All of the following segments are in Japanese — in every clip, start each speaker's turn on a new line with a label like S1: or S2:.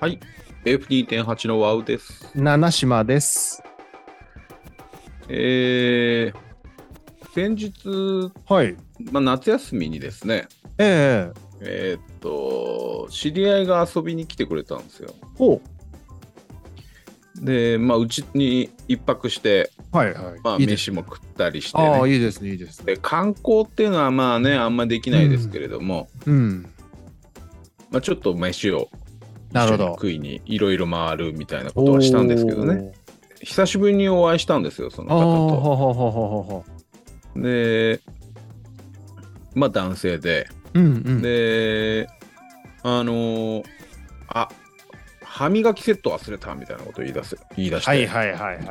S1: はい。
S2: AF2.8 のワウです。
S1: 七島です。
S2: えー、先日、
S1: はい。
S2: まあ、夏休みにですね、
S1: ええ
S2: えーっと、知り合いが遊びに来てくれたんですよ。
S1: お
S2: で、まあ、うちに一泊して、
S1: はいはい。
S2: まあ、
S1: いいで
S2: 飯
S1: す
S2: も食ったりして、
S1: ああ、
S2: ね
S1: いいですね、いいですね。
S2: で、観光っていうのはまあね、あんまできないですけれども、
S1: うん。
S2: まあ、ちょっと飯を
S1: なるほど
S2: 一緒に食いにいろいろ回るみたいなことはしたんですけどね、。久しぶりにお会いしたんですよ、その
S1: ああ、ほ
S2: 方
S1: う
S2: と。
S1: ほうほうほうほ
S2: で、まあ男性で、
S1: う。うんうん。
S2: で、あのーあ歯磨きセット忘れたみたいなこと言い出す言い出して、
S1: はいはいはいはい。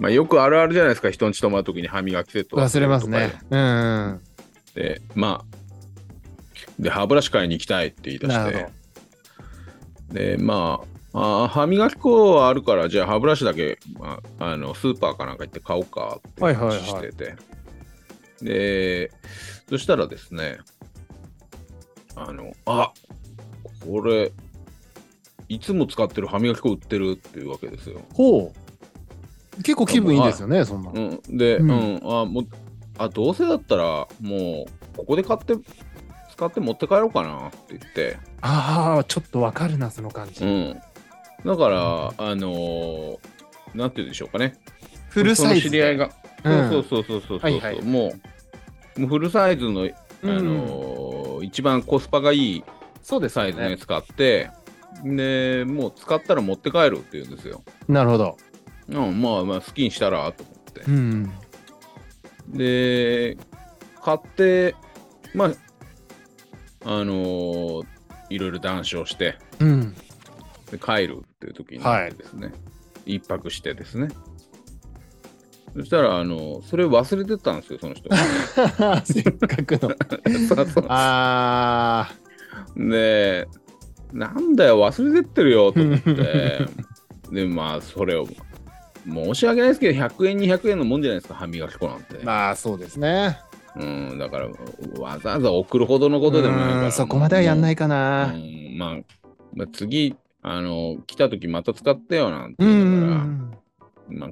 S2: まあ、よくあるあるじゃないですか、人んち泊まるときに歯磨きセット
S1: 忘れ
S2: る
S1: ま
S2: と
S1: す
S2: か
S1: ね。うん。
S2: で、まあ、で、歯ブラシ買いに行きたいって言い出
S1: な
S2: し
S1: る
S2: て、で、まあ、あー歯磨き粉はあるから、じゃあ歯ブラシだけ、まあ、あのスーパーかなんか行って買おうかって
S1: はいはい
S2: 話
S1: はい
S2: してて、で、そしたらですね、あの、あこれ、いつも使ってる歯磨き粉売ってるっていうわけですよ。
S1: ほう。結構気分いいですよね、そんな。
S2: うん、で、
S1: う
S2: うんん、あもうあ、どうせだったら、もう、ここで買って、使って持って帰ろうかなって言って、
S1: ああ、ちょっとわかるな、その感
S2: う
S1: じ。
S2: ん。だから、あのーなんて言うんでしょうかね。
S1: フルサイズ
S2: その知り合い
S1: で。
S2: が。
S1: うん
S2: そうそうそうそうそうそう、
S1: はいはい
S2: もう、もうフルサイズの、あ
S1: うん
S2: のー一番コスパがいい
S1: そうです
S2: サイ
S1: よ
S2: ズのや
S1: ね。
S2: つ買って、で、もう使ったら持って帰るって言うんですよ。
S1: なるほど。
S2: うん、まあまあ、好きにしたら、と思って
S1: う。ん。
S2: で、買って、まあ、あのーいろいろ談笑して、
S1: うん。
S2: で帰るっていう時に
S1: はい
S2: ですね、一泊してですね。そしたら、あのーそれ忘れてたんですよ、その人。
S1: せっかく の。
S2: そうそう
S1: ああ。
S2: で、なんだよ、忘れてってるよ、と思 って。で、まあ、それを、申し訳ないですけど、100円、200円のもんじゃないですか、歯磨き粉なんて。
S1: まあ、そうですね。
S2: うん、だから、わざわざ送るほどのことでもないか
S1: う
S2: ら。
S1: んそこまではやんないか
S2: う
S1: な。
S2: んまあ、まあ、次、あの、来た時また使ってよなんて
S1: う
S2: 言うから、
S1: ん。
S2: まあ、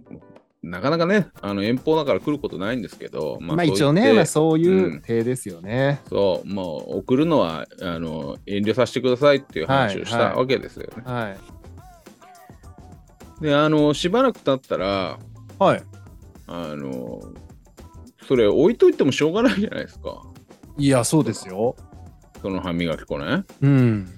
S2: なかなかね、あの遠方だから来ることないんですけど、ま
S1: まあ一応
S2: そう
S1: ね、
S2: 言
S1: まあ、
S2: って
S1: そういううん体ですよね。
S2: そう、もう送るのはあの遠慮させてくださいっていう話をし
S1: はいは
S2: た
S1: い
S2: わけですよね。
S1: はい。
S2: で、あの、しばらく経ったら、
S1: はい。
S2: あの、それ置いといてもしょうがないじゃないですか、
S1: いや、そうですよ。
S2: その歯磨き粉ね。
S1: うん。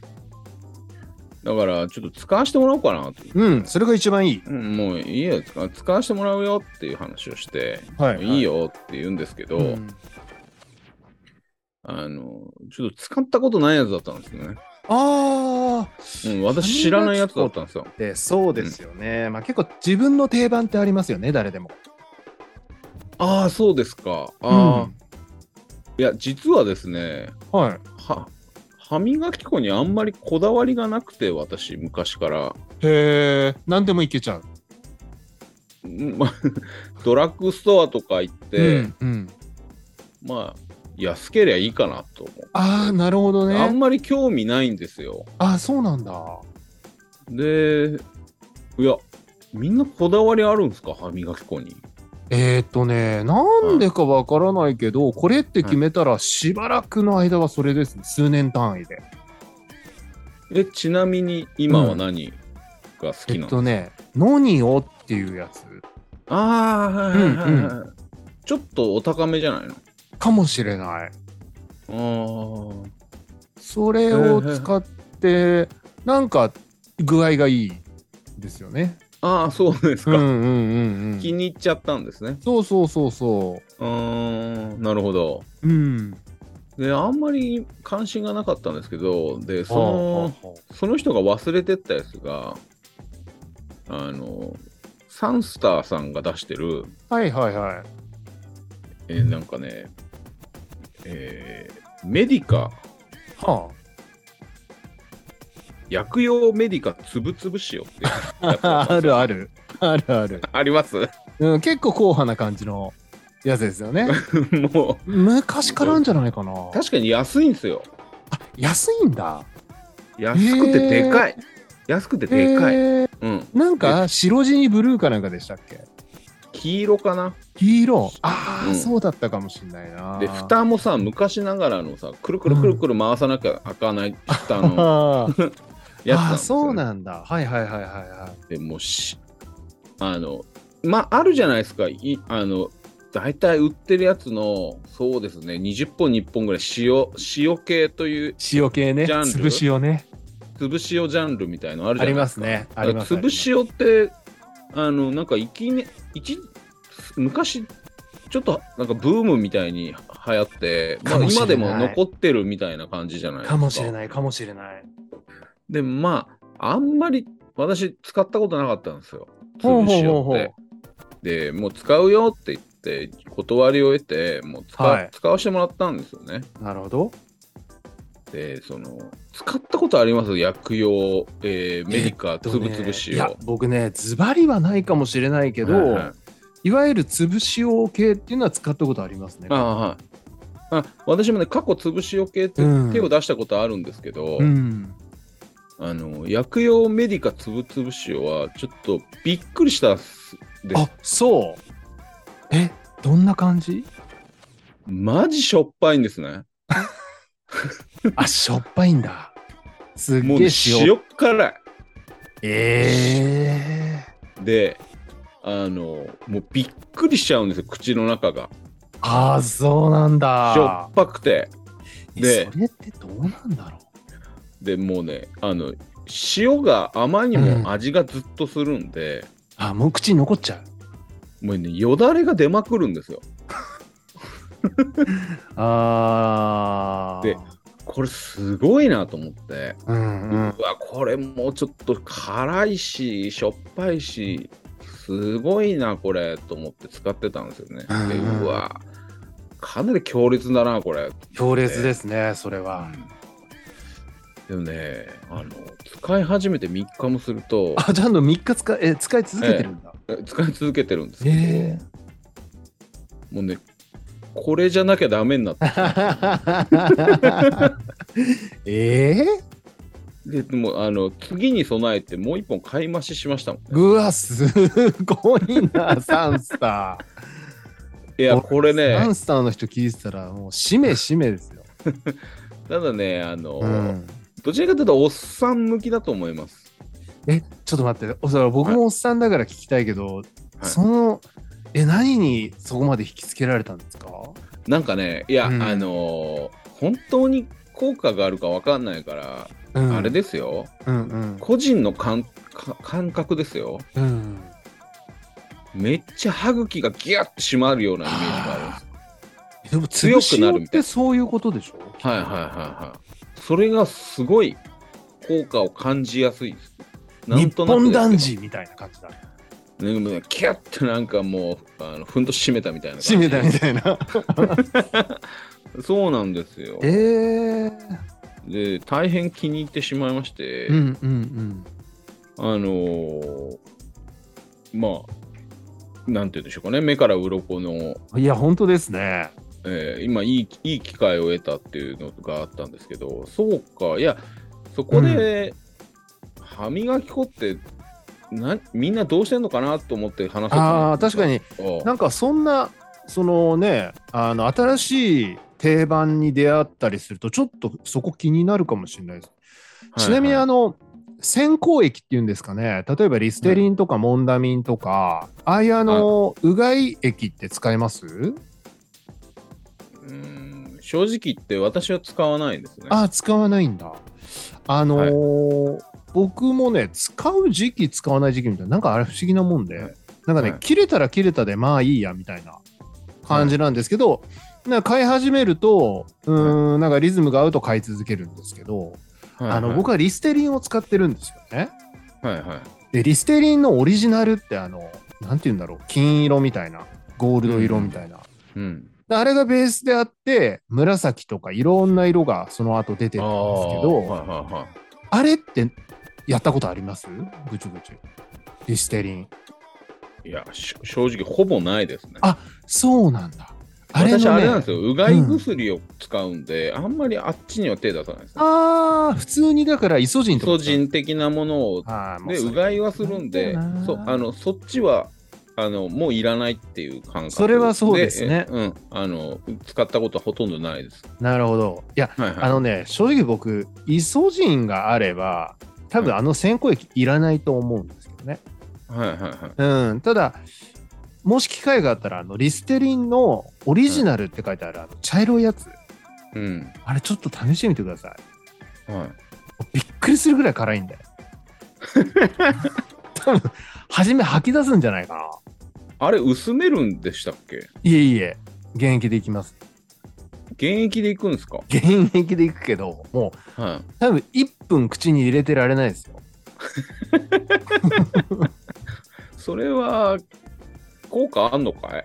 S2: だから、ちょっと使わせてもらおうかなと。
S1: うん、それが一番いい。
S2: うんもういいよ使使わせてもらうよっていう話をして、
S1: はい
S2: い。よって言うんですけど、
S1: うん
S2: あのちょっと使ったことないやつだったんですよね、
S1: ああ。
S2: うん、私知らないやつだったんですよ
S1: で、そうですよね。まあ結構自分の定番ってありますよね、誰でも。
S2: ああそうですかああ、いや実はですね
S1: うん。はい。
S2: は歯磨き粉にあんまりこだわりがなくて私昔から、
S1: へえ。何でもいけちゃう。
S2: うんまあ、 ドラッグストアとか行って、
S1: うんうん。
S2: まあ安けりゃいいかなと思う、
S1: ああ、なるほど
S2: あん
S1: ね。
S2: まり興味ないんですよ
S1: ああ、そうなんだ。
S2: でいやみんなこだわりあるんですか歯磨き粉に
S1: えーっとね、なんでかわからないけど、これって決めたらしばらくの間はそれですね。数年単位で。
S2: えちなみに今は何が好
S1: え
S2: きなの、
S1: っとね、ノニオっていうやつ
S2: ああはいはいはい、
S1: うん
S2: はいちょっとお高めじゃない
S1: かもしれない。
S2: のあ
S1: それを使って、なんか具合がいいですよね。
S2: あああそうです
S1: うん
S2: か、
S1: うんうんう
S2: 気
S1: ん。
S2: に入っちゃったんですね
S1: そうそうそうそう
S2: ーんなるほど
S1: う。うん。
S2: であんまり関心がなかったんですけどでその
S1: は
S2: その人が忘れてったやつがあのサンスターさんが出してる
S1: あはいはいはい。
S2: えーなんかね、えーメディカ
S1: は
S2: 薬用メディカつぶつぶしよっていうやつだっ
S1: あ、
S2: たん
S1: あ
S2: ですよ
S1: るある。ある ある。
S2: あります
S1: うん、結構硬派な感じのやつですよね。
S2: も
S1: 昔からあるんじゃないかな。
S2: う確かに安いんですよ
S1: 安いんだ。
S2: 安くてでかい、安くてでかい。
S1: へー
S2: うん。
S1: なんか白地にブルーかなんかでしたっけ
S2: 黄色かな
S1: 黄色ああ、
S2: うん
S1: そうだったかもしんないな
S2: で、蓋もさ、昔ながらのさ、くるくるくるくる回さなきゃ開かない蓋の
S1: あー
S2: やつ
S1: あ
S2: なんです
S1: ー
S2: よ、ね。
S1: そうなんだはいはいはいはいは
S2: でもし、あの、まあ、あるじゃないですか。いあの、大体売ってるやつの、そうですね、20本、1本ぐらい塩、塩系という、
S1: い塩系ね
S2: ジャンル
S1: 潰しをね
S2: 潰し塩ジャンルみたいのあるじ
S1: あ
S2: ゃな
S1: り
S2: いで
S1: ますす
S2: か。
S1: ねあ
S2: だか
S1: り
S2: ら
S1: ます
S2: 潰し塩って、あの、なんか、いきね、一、昔、ちょっと、なんか、ブームみたいに流行って、ま
S1: か
S2: あ、
S1: もしれな
S2: 今
S1: い
S2: でも残ってるみたいな感じじゃないですか。
S1: かもしれないかもしれない
S2: で、まあ、あんまり、私、使ったことなかったんですよ。
S1: ほう
S2: 潰
S1: ほう
S2: し
S1: ほう
S2: 塩
S1: ほ
S2: っ
S1: う
S2: て。で、もう使うよって言って、断りを得て、もう使,、
S1: はい
S2: 使わせてもらったんですよね。
S1: なるほど
S2: で、その、使ったことあります薬用、えーメディカ、つぶつぶ
S1: い
S2: し
S1: や
S2: を。
S1: 僕ねズバリはないかもしれないけど、
S2: はい
S1: い
S2: はい
S1: わゆる潰し用系っていうのは使ったことありますね
S2: ああはいあ私もね、過去つぶしよ系って
S1: うん
S2: 手を出したことあるんですけど、
S1: うん
S2: あの薬用メディカつぶつぶしよはちょっとびっくりしたんです。
S1: あそうえどんな感じ
S2: マジしょっぱいんですね。
S1: あしょっぱいんだすっげ
S2: もう
S1: え
S2: ね
S1: 塩
S2: 塩辛い。
S1: ええ
S2: で、あの、もうびっくりしちゃうんですよ、口の中が。
S1: ああそうなんだ
S2: しょっぱくて。で
S1: えそれってどうなんだろ
S2: でもうね、あの、塩が甘いに
S1: うん
S2: も味がずっとするんで、
S1: うあもう口に残っちゃう
S2: もうね、よだれが出まくるんですよ。
S1: ああ
S2: でこれすごいなと思って。
S1: うん
S2: う
S1: うん
S2: わ、これもうちょっと辛いし、しょっぱいし、すごいな、これ、と思って使ってたんですよね。で
S1: うん
S2: うわ、かなり強烈だな、これ。
S1: 強烈ですねそれは
S2: でもね、あの、使い始めて3日もすると、
S1: あちゃんと3日使いえ使い続けてるんだ
S2: え使い続けてるんですけど、
S1: え
S2: もうね、これじゃなきゃダメになって、
S1: え ええ
S2: ででもあの次に備えてもう1本買い増ししましたもん。
S1: うわすごいなサンスタ
S2: い
S1: ー
S2: や、これ
S1: サ
S2: ね、
S1: ンスターの人聞いてたらもうしめしめ ですよ、
S2: ただね、あの、
S1: うん、
S2: どちらかというとおっさん向きだと思います。
S1: えちょっと待っておそらく僕もおっさんだから聞きたいけど、そのえ何にそこまで引きつけられたんですか
S2: なんかね、いや、
S1: うん
S2: あの、本当に効果があるかわかんないから、
S1: うん
S2: あれですよ、
S1: うんうん
S2: 個人の感か感覚ですよ。
S1: うん
S2: めっちゃ歯茎がギュッて締まるようなイメージがあるんです。
S1: でも
S2: 強
S1: 強
S2: く
S1: く
S2: なる
S1: なる
S2: み
S1: った
S2: い
S1: てそういうことでしょ
S2: はいはいはいはい。それがすごい効果を感じやすいです。なん
S1: 日
S2: となく
S1: 本
S2: ですけど
S1: 男児みたいな感じだ
S2: ねもうねキャッてなんかもうあのふんと締めたみたいな感じ
S1: 締めたみたいな
S2: そうなんですよ
S1: えー、
S2: で大変気に入ってしまいまして、
S1: うんうんうん
S2: あのーまあなんて言うんでしょうかね目から鱗の、
S1: いや本当です ね
S2: えー今いいいい機会を得たっていうのがあったんですけどそうかいやそこで、歯磨き粉ってなみんなどうしてんのかなと思って話そう
S1: あー確か
S2: に
S1: になんかそんなそのねあの新しい定番に出会ったりするとちょっとそこ気になるかもしれないです、ちなみにあの洗口液っていうんですかね例えばリステリンとかモンダミンとか、ああいうあのうがい液って使います
S2: うーん正直言って私は使わないですね。
S1: あ使わないんだあのー僕もね使う時期使わない時期みたいななんかあれ不思議なもんで、
S2: はい
S1: なんかね、
S2: はい
S1: 切れたら切れたでまあいいやみたいな感じなんですけど、なんか買い始めるとうーんなんかリズムが合うと買い続けるんですけど、
S2: はい
S1: あの僕はリステリンを使ってるんですよね
S2: はいはいはい
S1: でリステリンのオリジナルってあのなんて言うんだろう金色みたいなゴールド色みたいな、
S2: うん
S1: であれがベースであって紫とかいろんな色がその後出て
S2: あ
S1: るん
S2: ー
S1: ですけど、
S2: はいはいはい
S1: あれってやったことありますぐちゅぐちゅ。リステリン。
S2: いやし正直ほぼないですね。
S1: あそうなんだ。あれのね
S2: 私あれなんですようがい薬を使うんで、あんまりあっちには手出さないですね
S1: ああ、普通にだからイソジン
S2: イ
S1: とか。
S2: ソジン的なものを
S1: あー。もう
S2: で
S1: そう
S2: がいはするんで
S1: なんだよな
S2: そうあのそっちはあのもういらないっていう感覚
S1: それはそうですね
S2: えうん、あの使ったことはほとんどないです、
S1: なるほど。いや、
S2: はいはい、
S1: あのね、正直僕、イソジンがあれば、多分あの先行液いらないと思うんですけどね。
S2: はいはいはい
S1: うん、ただ、もし機会があったら、あのリステリンのオリジナルって書いてある、あの茶色いやつ、
S2: うん
S1: あれちょっと試してみてください。
S2: はい
S1: びっくりするぐらい辛いんだよ。 多分初め吐き出すんじゃないかな。
S2: あれ薄めるんでしたっけ
S1: いえいえ、現役でいきます。
S2: 現役でいくんですか
S1: 現役でいくけど、もう
S2: は
S1: 多分1分口に入れてられないですよ。
S2: いそれは効果あんのかい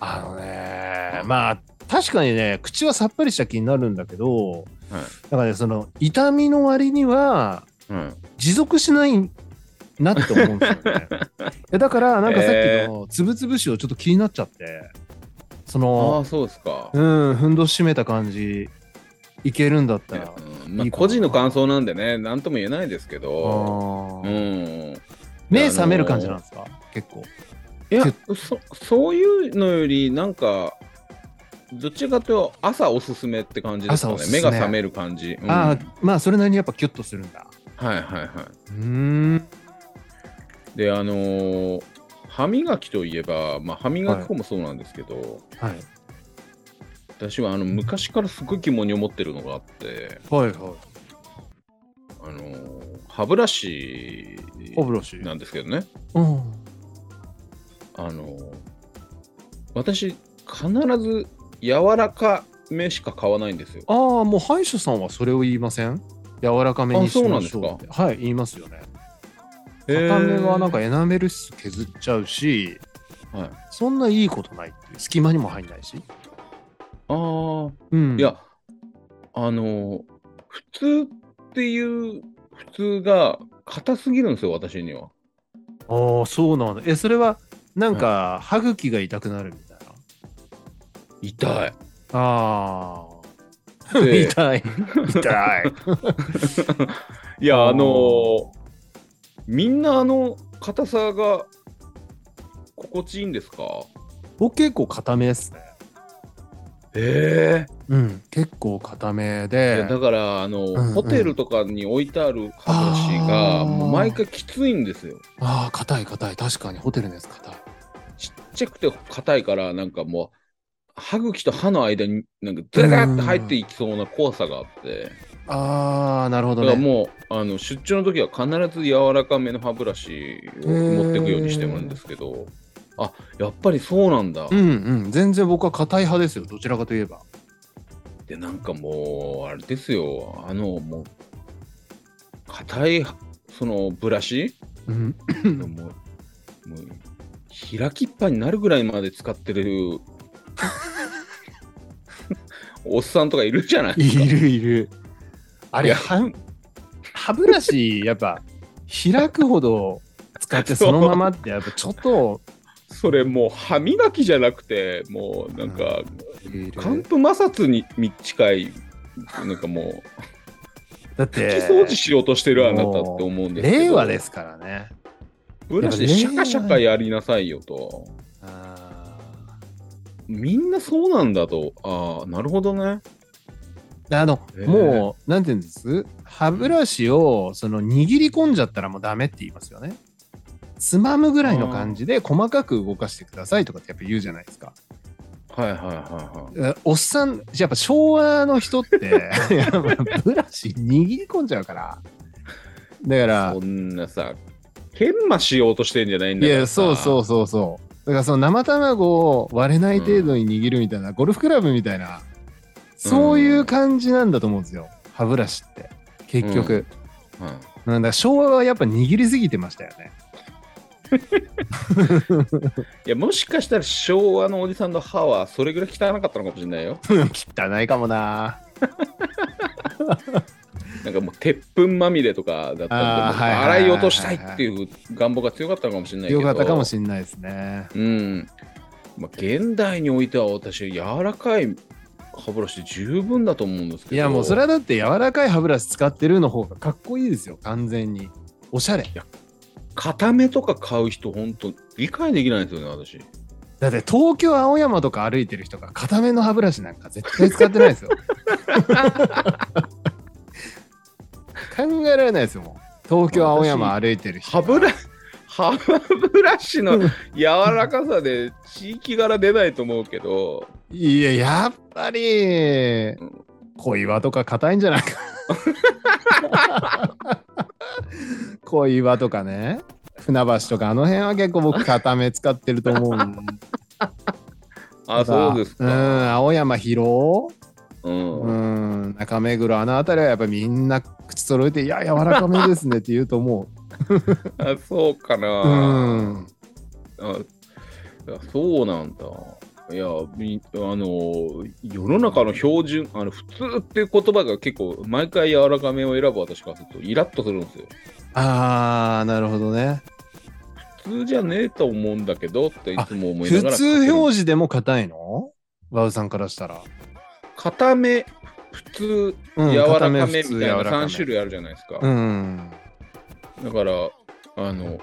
S1: あのね、まあ確かにね、口はさっぱりした気になるんだけど、
S2: はい
S1: だからね、その痛みの割には
S2: うん
S1: 持続しないなって思うんです よね。いやだから、なんかさっ
S2: え
S1: きのつぶつぶ酒をちょっと気になっちゃって、そ
S2: あ
S1: の、
S2: あそうですか、
S1: うん、ふんどし締めた感じ、いけるんだったら。
S2: うんま
S1: い
S2: あ、
S1: いかな
S2: 個人の感想なんでね何とも言えないですけど
S1: あ
S2: う
S1: ー
S2: ん
S1: 目覚める感じなんですか結構。
S2: いや
S1: け
S2: そそういうのよりなんかどっちかというと朝おすすめって感じですか
S1: 朝お
S2: ね
S1: すすめ
S2: 目が覚める感じ、うん
S1: あ
S2: は
S1: あ
S2: い、
S1: まあ、それなりにやっぱキュッとするんだ。
S2: はいは
S1: うーん。
S2: いであのー歯磨きといえば、まあ、歯磨き粉もそうなんですけど、
S1: はい。
S2: 私はあの昔からすごい疑問に思ってるのがあって、
S1: はいは
S2: あのー歯ブラシ
S1: い。歯ブラシ。
S2: なんですけどね、
S1: うん。
S2: あのー私必ず柔らかめしか買わないんですよ
S1: ああ、もう歯医者さんはそれを言いません柔らかめにしまし
S2: あそ
S1: ょう
S2: うなん
S1: って。はい、言いますよね。
S2: へー
S1: 片目はなんかエナメル質削っちゃうし、
S2: はい
S1: そんないいことないっていう隙間にも入んないし。
S2: ああ
S1: うん。
S2: いや、あの、普通っていう普通が硬すぎるんですよ、私には。
S1: ああ、そうなんだ。え、それは、なんか、歯茎が痛くなるみたい
S2: 痛い。
S1: な。ああ。
S2: で
S1: 痛い。痛い。
S2: いや、あの
S1: お
S2: みんなあの硬さが心地いいんですか
S1: 僕結構硬めですね。
S2: え
S1: うん。結構硬め
S2: えい
S1: で
S2: や。だからあの、
S1: んうん
S2: ホテルとかに置いてある歯ブラシ
S1: あ
S2: が
S1: ー
S2: もう毎回きついんですよ。
S1: ああ、硬い硬い。確かにホテルのやつ硬い。
S2: ちっちゃくて硬いからなんかもう歯茎と歯の間になんかズラッと入っていきそうな怖さがあって。
S1: ああ、なるほど
S2: だから
S1: ね。
S2: もうあの出張の時は必ず柔らかめの歯ブラシを持っていくようにしてもらうんですけど、あやっぱりそうなんだ、
S1: うんうん。全然僕は硬い派ですよ。どちらかといえば。
S2: でなんかもうあれですよあのもう硬いそのブラシ、
S1: うん。
S2: もうもう開きっぱになるぐらいまで使って るおっさんとかいるじゃないですか
S1: いるいる。あ
S2: い
S1: れ、
S2: や
S1: 歯歯ブラシ、やっぱ、開くほど使ってそのままって、やっぱちょっと、
S2: それもう歯磨きじゃなくてもうなんか、
S1: いる
S2: 還付摩擦に近い、なんかもう、
S1: だって、
S2: 拭き掃除しようとしてるあなたって思うんですけど、
S1: 令和ですからね。
S2: ブラシでシャカシャカやりなさいよと、
S1: あ
S2: みんなそうなんだと、ああ、なるほどね。
S1: ーあの、
S2: えー
S1: もう、なんていうんです歯ブラシを、その、握り込んじゃったらもうダメって言いますよね。つまむぐらいの感じで細かく動かしてくださいとかってやっぱ言うじゃないですか。
S2: はいはいはいはい。
S1: えおっさん、やっぱ昭和の 人って、やっぱブラシ握り込んじゃうから。だから
S2: そ、んなさ、研磨しようとしてんじゃないん
S1: い
S2: だから
S1: や、そうそうそうそう。だからその生卵を割れない程度に握るみたいな、ゴルフクラブみたいな、そういう感じなんだと思うんですよ。歯ブラシって。結局。
S2: う。はい
S1: なんだから昭和はやっぱ握りすぎてましたよね。
S2: いや、もしかしたら昭和のおじさんの歯はそれぐらい汚かったのかもしれないよ。
S1: 汚いかもな。
S2: なんかもう鉄粉まみれとかだったんで、
S1: あーはいはいはいはい
S2: 洗い落としたいっていう願望が強かったのかもしれないけど。
S1: よかったかもしれないですね。
S2: うん、まあ、現代においては私柔らかい歯ブラシで十分だと思うんですけど
S1: いやもうそれ
S2: は
S1: はだって柔らかい歯ブラシ使ってるの方がかっこいいですよ完全におしゃれ
S2: 固めとか買う人本当理解できないんですよね私
S1: だって東京青山とか歩いてる人が固めの歯ブラシなんか絶対使ってない ですよ考えられないですよもう東京青山歩いてる人
S2: 歯ブ ラ歯ブラシの柔らかさで地域柄出ないと思うけど
S1: いややっぱり小岩とか硬いんじゃないか 小岩とかね船橋とかあの辺は結構僕固め使ってると思うんで
S2: あそうです
S1: うん、
S2: か、
S1: 青山広
S2: うん
S1: 尾、うん、中目黒、あの辺りはやっぱみんな口揃えて、いや、柔らかめですねって言うと思
S2: あそうか
S1: う。
S2: な、
S1: うん。
S2: あいやそうなんだ。いや、みあの、世の中の標準、あの普通っていう言葉が結構、毎回柔らかめを選ぶ私からすると、イラッとするんですよ。
S1: あー、なるほどね。
S2: 普通じゃねえと思うんだけどっていつも思いな
S1: 普
S2: がら。
S1: 通表示でも硬いのバウさんからしたら。
S2: 硬め、普通、
S1: うん
S2: 柔らかめ
S1: 普
S2: み
S1: 通
S2: たいな
S1: 柔らかめ
S2: 3種類あるじゃないですか。
S1: うん。
S2: だから、あの、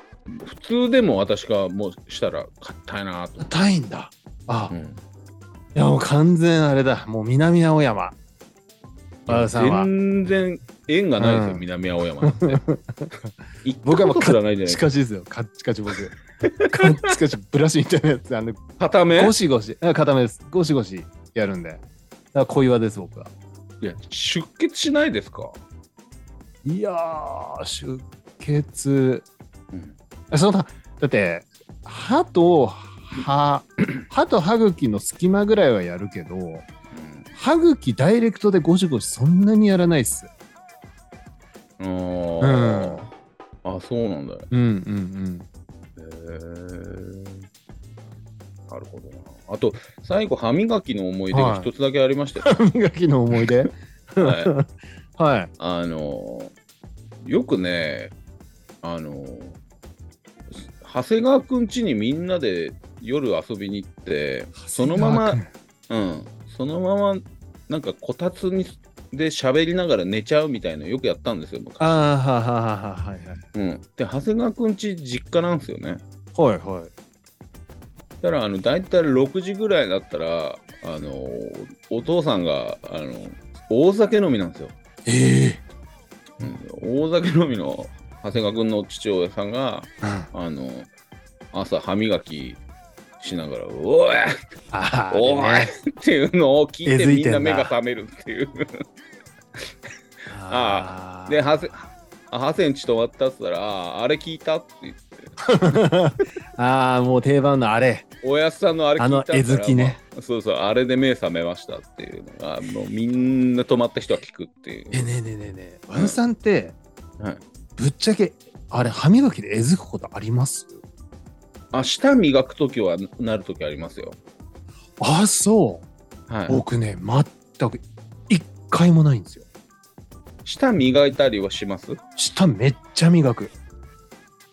S2: 普通でも私がもうしたら、硬いなと。
S1: 硬いんだ。あ、
S2: う
S1: い
S2: ん
S1: やもう完全あれだ。もう南青山。バウさんは。
S2: 全然縁がないですよ、
S1: うん
S2: 南青山なん て。
S1: 僕はもう
S2: 一回も
S1: カ
S2: 知らないじゃない
S1: ッ
S2: です
S1: チ
S2: か。
S1: カチですよ。カッチカチ僕。 カッチカチブラシみたいなやつ。あの
S2: 硬め
S1: ゴシゴシ、あ固めです。ゴシゴシやるんで。だから小岩です、僕は。
S2: いや、出血しないですか、
S1: いやー、出血。あそのだって、歯と歯、 歯と歯茎の隙間ぐらいはやるけど、歯茎ダイレクトでゴシゴシそんなにやらないっす。
S2: あーあ、そうなんだ。へ
S1: うんうんうん。
S2: えなるほどな。あと、最後、歯磨きの思い出が一つだけありましたよ、
S1: 歯磨きの思い出
S2: はい
S1: はい。
S2: あのーよくね、あのー長谷川くん家にみんなで夜遊びに行って、そのまま、うん、そのまま、なんかこたつにで喋りながら寝ちゃうみたいなのよくやったんですよ、昔
S1: ああ、はははははいはい。
S2: うん、で長谷川くんち実家なんですよね
S1: はいはい。
S2: だからあの大体6時ぐらいだったらあのーお父さんがあのー大酒飲みなんですよ、
S1: ええ
S2: うん、大酒飲みの長谷川くんの父親さんがあのー朝歯磨きしながら「おい
S1: あー
S2: おい!」っていうのを聞い
S1: え
S2: て
S1: ず
S2: み
S1: い
S2: ん
S1: てん
S2: な
S1: だ
S2: 目が覚めるっていう
S1: あー
S2: で長谷あ長谷んちと終わったっつったら「あーあれ聞いた?」って言って
S1: ああ、もう定番のあれ。
S2: おやっさんのあれ聞いたから
S1: あの絵好きね、
S2: まあそうそうあれで目覚めましたっていうのがもうみんな止まった人は聞くっていう
S1: え、ねえねえねえねえ。ワンさんって、
S2: はい、
S1: ぶっちゃけ、あれ、歯磨きでえずくことあります
S2: 明日磨く時はなる時ありますよ
S1: あ、そう。
S2: はい
S1: 僕ね、全く、一回もないんですよ。
S2: 舌磨いたりはします
S1: 舌めっちゃ磨く。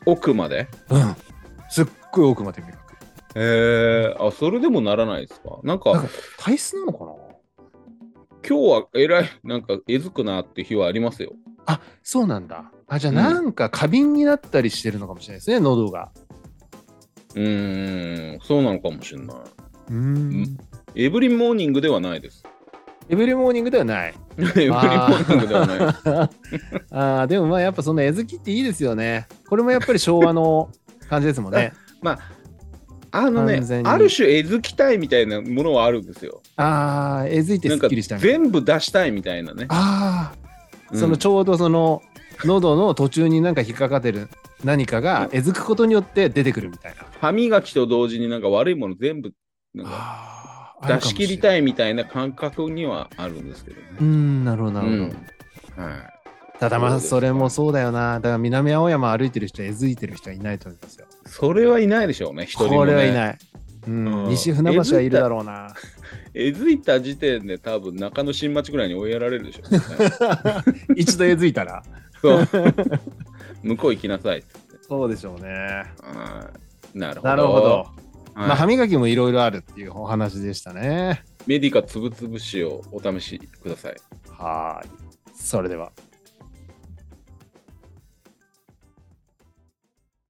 S2: 奥まで
S1: うん。すっごい奥まで磨く。
S2: えー、あそれでもならないですかなんか
S1: なんか体質なのかな
S2: 今日はえらいなんかえずくなって日はありますよ
S1: あ、そうなんだ。あ、じゃ
S2: う
S1: あ
S2: ん
S1: なんか過敏になったりしてるのかもしれないですね、喉が。
S2: うーんそうなのかもしれないううん。エブリモーニングではないです
S1: エブリモーニングではない。
S2: エブリモーニングではない
S1: ああーでもまあやっぱその絵好きっていいですよね。これもやっぱり昭和の感じですも んね。
S2: あのね
S1: 完全に
S2: ある種えずきたいみたいなものはあるんですよ
S1: ああ、絵好いて
S2: な
S1: す
S2: ん
S1: っ
S2: か
S1: きりしたみたいな。
S2: 全部出したいみたいなね。
S1: ああ、
S2: うん
S1: そのちょうどその喉の途中になんか引っかかってる何かが絵づくことによって出てくるみたいな。
S2: 歯磨きと同時になんか悪いもの全部なんか
S1: あー
S2: 出し切りた。
S1: あるかもしれない
S2: みたいな感覚にはあるんですけどね。
S1: うん、なるほど、なるほど。
S2: うんはい
S1: ただま
S2: そう
S1: あ、
S2: ですね
S1: それもそうだよな。だから南青山歩いてる人、えずいてる人はいないと思いますよ。
S2: それはいないでしょうね、一人も、ね。
S1: これはいない。うん、
S2: うん
S1: 西船橋はいるだろうな。
S2: えずいた時点で多分中野新町ぐらいに追いやられるでしょう ね、
S1: 一度えずいたら。
S2: そう。向こう行きなさいって。
S1: そうでしょうね。
S2: はいなるほど。
S1: なるほど。まあ、
S2: は
S1: 歯
S2: い
S1: 磨きもいろいろあるっていうお話でしたね。
S2: メディカつぶつぶしをお試しください。
S1: はーい。それでは。